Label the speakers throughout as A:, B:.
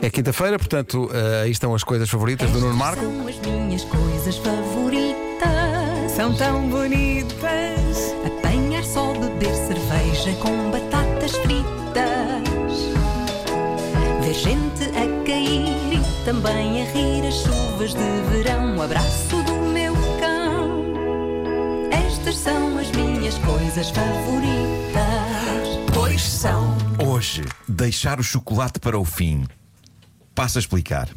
A: É quinta-feira, portanto, eh, aí estão as coisas favoritas do Nuno Marco.
B: São as minhas coisas favoritas.
C: São tão bonitas.
B: Apanhar só, beber cerveja com batatas fritas. Ver gente a cair e também a rir as chuvas de verão. O abraço do meu cão. Estas são as minhas coisas favoritas. Pois são.
D: Hoje, deixar o chocolate para o fim. Passo a explicar.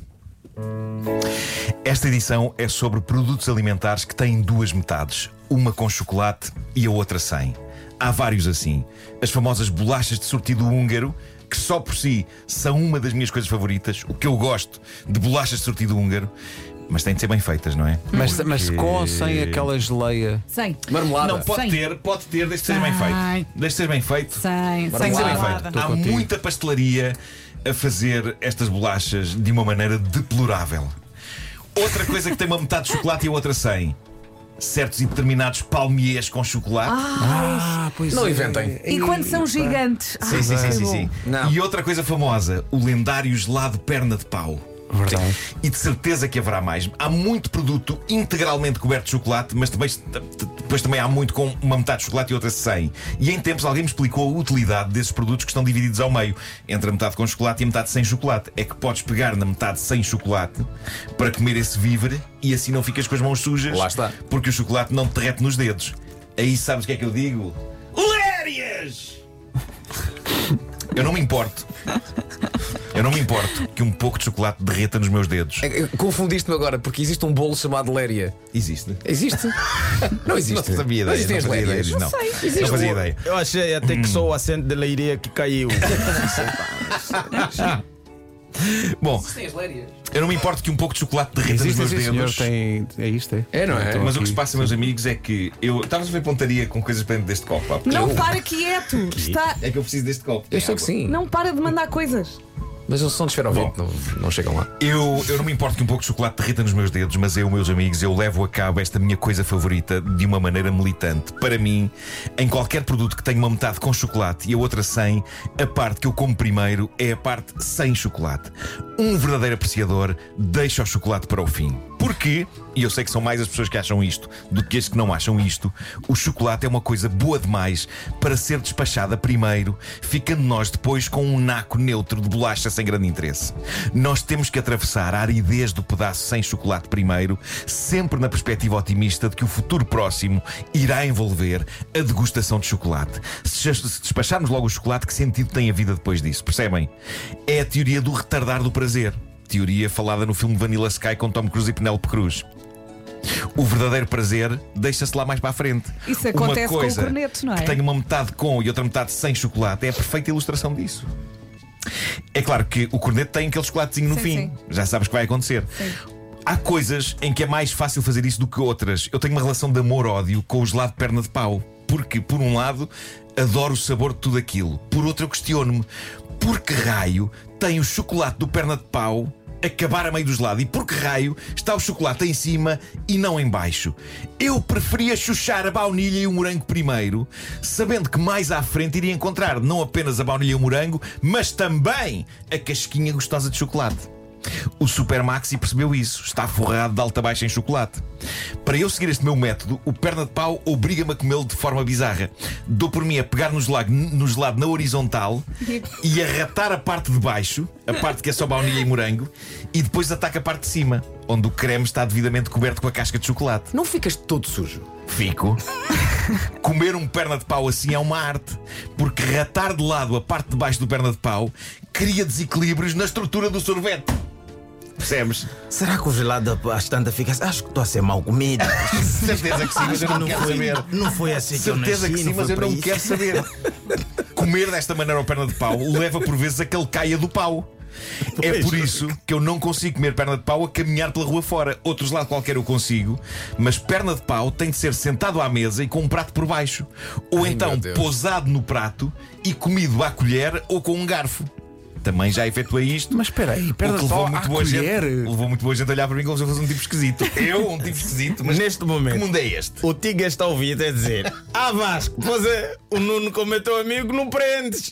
D: Esta edição é sobre produtos alimentares que têm duas metades, uma com chocolate e a outra sem. Há vários assim. As famosas bolachas de sortido húngaro, que só por si são uma das minhas coisas favoritas, o que eu gosto de bolachas de sortido húngaro, mas têm de ser bem feitas, não é?
A: Mas, mas com ou sem aquela geleia?
C: Sem.
E: Marmelada.
D: Não, pode
C: Sem.
D: ter, pode ter, desde que seja bem
C: Ai.
D: feito. Desde que seja bem feito.
C: Sem.
D: Tem
C: Sem
D: que ser bem
C: salada.
D: feito.
A: Estou
D: Há
A: contigo.
D: muita pastelaria a fazer estas bolachas de uma maneira deplorável. Outra coisa que tem uma metade de chocolate e a outra sem. Certos e determinados palmiers com chocolate.
A: Ah, pois
E: Não
A: é.
E: inventem.
C: E quando são gigantes.
D: sim,
C: Ah,
D: sim, sim,
C: que
D: sim,
C: bom.
D: sim.
E: Não.
D: E outra coisa famosa, o lendário gelado perna de pau.
A: Verdade.
D: E de certeza que haverá mais. Há muito produto integralmente coberto de chocolate, mas também, depois também há muito com uma metade de chocolate e outra sem. E em tempos alguém me explicou a utilidade desses produtos que estão divididos ao meio, entre a metade com chocolate e a metade sem chocolate. É que podes pegar na metade sem chocolate para comer esse vívere e assim não ficas com as mãos sujas,
E: Lá está.
D: porque o chocolate não te derrete nos dedos. Aí sabes o que é que eu digo? Lérias! Eu não me importo. Eu não me importo que um pouco de chocolate derreta nos meus dedos.
E: É, é, Confundiste-me agora, porque existe um bolo chamado Léria.
D: Existe.
E: Existe? não existe.
D: Não sabia
E: Não existem
D: ideia. Não
E: as
D: fazia ideia.
E: Lérias.
D: disso, Não, não fazia ideia.
F: Eu achei até que só o acento de leiria que caiu.
D: Bom, eu não me importo que um pouco de chocolate derreta nos
A: Existem,
D: meus
A: sim, senhor.
D: dedos.
A: Tem, é isto, é?
E: É, não é?
A: Estou
D: Mas o que
A: aqui.
D: se passa, meus amigos, é que eu estava a ver pontaria com coisas para dentro deste copo. pá, porque
C: Não
D: eu-
C: para quieto. Está...
D: É que eu preciso deste copo.
E: Eu sei que sim,
C: Não para de mandar coisas.
E: mas eles são de esferovite, não, não chegam lá.
D: Eu, eu não me importo que um pouco de chocolate derreta nos meus dedos, mas eu, meus amigos, eu levo a cabo esta minha coisa favorita de uma maneira militante. Para mim, em qualquer produto que tenha uma metade com chocolate e a outra sem, a parte que eu como primeiro é a parte sem chocolate. Um verdadeiro apreciador deixa o chocolate para o fim. Porque, e eu sei que são mais as pessoas que acham isto do que as que não acham isto, o chocolate é uma coisa boa demais para ser despachada primeiro, ficando nós depois com um naco neutro de bolacha sem grande interesse. Nós temos que atravessar a aridez do pedaço sem chocolate primeiro, sempre na perspectiva otimista de que o futuro próximo irá envolver a degustação de chocolate. Se se despacharmos logo o chocolate, que sentido tem a vida depois disso? Percebem? É a teoria do retardar do prazer. Teoria falada no filme Vanilla Sky com Tom Cruise e Penélope Cruz. O verdadeiro prazer deixa-se lá mais para a frente.
C: Isso
D: Uma
C: acontece com o
D: coisa
C: corneto, não é?
D: Que tem uma metade com e outra metade sem chocolate é a perfeita ilustração disso. É claro que o corneto tem aquele chocolatezinho no
C: Sim,
D: fim.
C: sim.
D: Já sabes que vai acontecer. Há coisas em que é mais fácil fazer isso do que outras. Eu tenho uma relação de amor-ódio com o gelado de perna de pau. Porque, por um lado, adoro o sabor de tudo aquilo. Por outro, eu questiono-me: por que raio tem o chocolate do perna de pau acabar a meio do gelado? E por que raio está o chocolate em cima e não em baixo? Eu preferia chuchar a baunilha e o morango primeiro, sabendo que mais à frente iria encontrar não apenas a baunilha e o morango, mas também a casquinha gostosa de chocolate. O Super Maxi percebeu isso, está forrado de alta baixa em chocolate. Para eu seguir este meu método, o perna de pau obriga-me a comê-lo de forma bizarra. Dou por mim a pegar no gelado, no gelado na horizontal e a ratar a parte de baixo, a parte que é só baunilha e morango, e depois ataca a parte de cima, onde o creme está devidamente coberto com a casca de chocolate.
E: Não ficas todo sujo.
D: Fico. Comer um perna de pau assim é uma arte, porque ratar de lado a parte de baixo do perna de pau cria desequilíbrios na estrutura do sorvete. Percebes?
F: Será que o gelado bastante fica assim? Acho que estou a ser mal comido.
D: Certeza que sim, mas eu não, quero
F: foi,
D: saber.
F: não foi assim que eu nasci.
D: Certeza que sim,
F: não
D: mas
F: foi
D: eu
F: para
D: não
F: isso.
D: quero saber. Comer desta maneira ao perna de pau leva por vezes a que ele caia do pau. É por isso que eu não consigo comer perna de pau a caminhar pela rua fora. Outros lados qualquer eu consigo, mas perna de pau tem de ser sentado à mesa e com um prato por baixo. Ou então
E: Deus.
D: pousado no prato e comido à colher ou com um garfo. também já efetuei isto.
A: Mas espera aí, perde
D: o que levou
A: só
D: muito
A: à
D: boa
A: colher.
D: gente, levou muito boa gente a olhar para mim como se eu fosse um tipo esquisito. Eu, um tipo esquisito, mas
F: Neste
D: que
F: momento.
D: mundo é este?
F: O Tiga está a ouvir a dizer: Ah, Vasco, mas é, o Nuno, como é teu amigo, não prendes.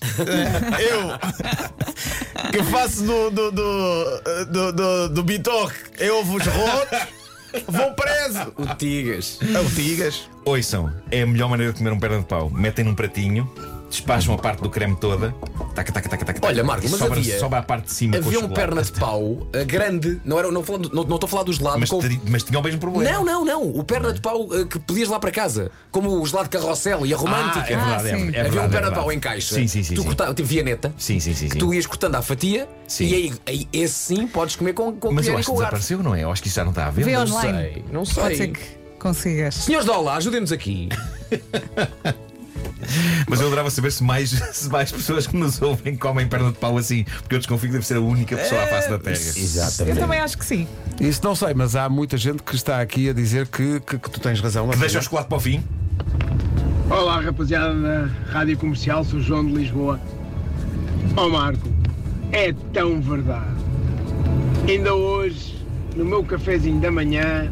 F: Eu, que faço do, do, do, do, do, do Bitoque, eu vos roto, vou preso.
E: O Tigas.
F: É o Tigas.
D: Ouçam, é a melhor maneira de comer um perna de pau. Metem num pratinho, despacham a parte do creme toda. Taca, taca, taca, taca, taca.
E: Olha, Marco,
D: E
E: mas
D: sobra,
E: havia-
D: sobra a parte de cima. com
E: Havia um
D: chocolate.
E: perna de pau eh, grande. Não estou não, falando- não, não estou a falar dos lados.
D: Mas, teri- mas tinha o mesmo problema.
E: Não, não, não. O perna de pau eh, que pedias lá para casa. Como o gelado de carrossel e a
D: Ah, é
E: romântica.
D: verdade, é,
C: sim.
D: verdade, é
E: Havia um
D: verdade, é
E: perna de
D: verdade.
E: pau em caixa.
D: Sim, sim, sim.
E: Tu
D: sim.
E: corta- tipo vianeta.
D: Sim, sim, sim,
E: que
D: sim.
E: Tu ias cortando à fatia
D: Sim.
E: e aí, aí esse sim podes comer com, com
D: Mas
E: colher
D: eu
E: e
D: acho
E: com
D: que
E: garfo.
D: desapareceu, não é? Eu acho que isso já não está a
C: Vê
D: ver.
E: Não
C: online.
E: sei, não
C: Pode ser
E: sei.
C: que consigas.
E: Senhores da Olá, ajudem-nos aqui.
D: Mas eu adorava saber se mais, se mais pessoas que nos ouvem comem perna de pau assim, porque eu desconfio que deve ser a única pessoa à face da terra.
E: É,
C: Eu também acho que sim.
A: Isso não sei, mas há muita gente que está aqui a dizer que, que, que tu tens razão.
D: Que deixa o chocolate para o fim.
G: Olá, rapaziada da Rádio Comercial, sou João de Lisboa. Ó Marco, é tão verdade. Ainda hoje, no meu cafezinho da manhã,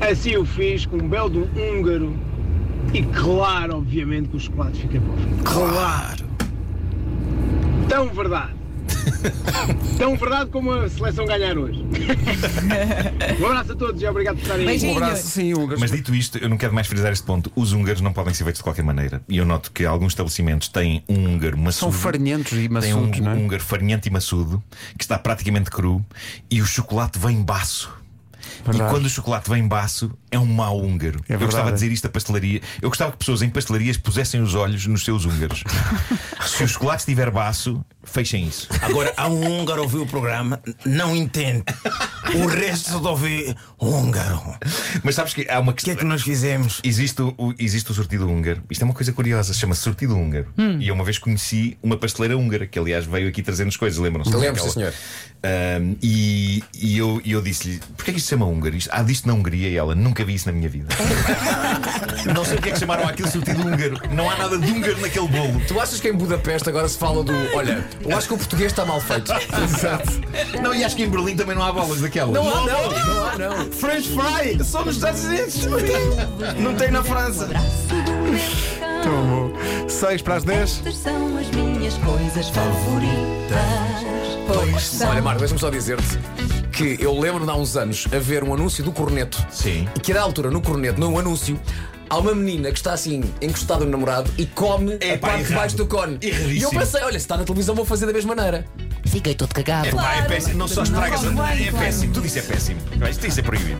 G: assim eu fiz com um belo de um húngaro e claro, obviamente, que o chocolate fica para o fim.
F: Claro.
G: Tão verdade. tão verdade como a seleção ganhar hoje. um abraço a todos e obrigado por estarem aí.
C: Beijinho.
A: Um
D: Ah,
A: abraço, sim, um
D: Mas dito isto, eu não quero mais frisar este ponto. Os húngaros não podem ser feitos de qualquer maneira. E eu noto que alguns estabelecimentos têm um húngaro
A: São
D: maçudo.
A: farinhentos e
D: Tem um
A: maçudos, não é?
D: húngaro farinhento e maçudo que está praticamente cru e o chocolate vem baço.
A: Verdade.
D: E quando o chocolate vem baço, é um mau húngaro.
A: É
D: eu
A: verdade.
D: gostava de dizer isto a pastelaria. Eu gostava que pessoas em pastelarias pusessem os olhos nos seus húngaros. Se o chocolate estiver baço, fechem isso.
F: Agora, há um húngaro ouviu o programa, não entende. O resto de ouvir húngaro.
D: Mas sabes que há uma
F: O que
D: questão.
F: é que nós fizemos?
D: Existe o, existe o sortido húngaro. Isto é uma coisa curiosa, chama-se sortido húngaro. E eu uma vez conheci uma pasteleira húngara, que aliás veio aqui trazendo-nos coisas, lembram-se?
E: Eu lembro,
D: daquela?
E: sim, senhor.
D: Ahm, e, e eu, e eu disse-lhe: porquê é que isto se chama húngaro? Isto- Há disto na Hungria e ela nunca vi isso na minha vida. Não sei porque é que chamaram aquilo sortido húngaro. Não há nada de húngaro naquele bolo.
E: Tu achas que em Budapeste agora se fala do. Olha, eu acho que o português está mal feito. Exato.
D: Não, e acho que em Berlim também não há bolas daquelas.
E: Não há, não. Não há, não.
F: French fry, só nos Estados Unidos. Não tem na França.
B: Abraço do
D: Então,
B: meu cão.
A: 6 para as 10.
B: Estas são as minhas coisas favoritas. Pois são.
E: Olha, Marco, deixa-me só dizer-te que eu lembro-me há uns anos haver um anúncio do Corneto.
D: Sim.
E: E que, da altura, no Corneto, num anúncio, há uma menina que está assim, encostada no namorado e come
D: É,
E: a
D: pá,
E: parte de
D: errado.
E: baixo do cone.
D: Erradíssimo.
E: E eu pensei, olha, se está na televisão, vou fazer da mesma maneira.
D: É pá, é péssimo. Não só estragas. É péssimo. Tudo isso é péssimo. Isto tem que ser proibido.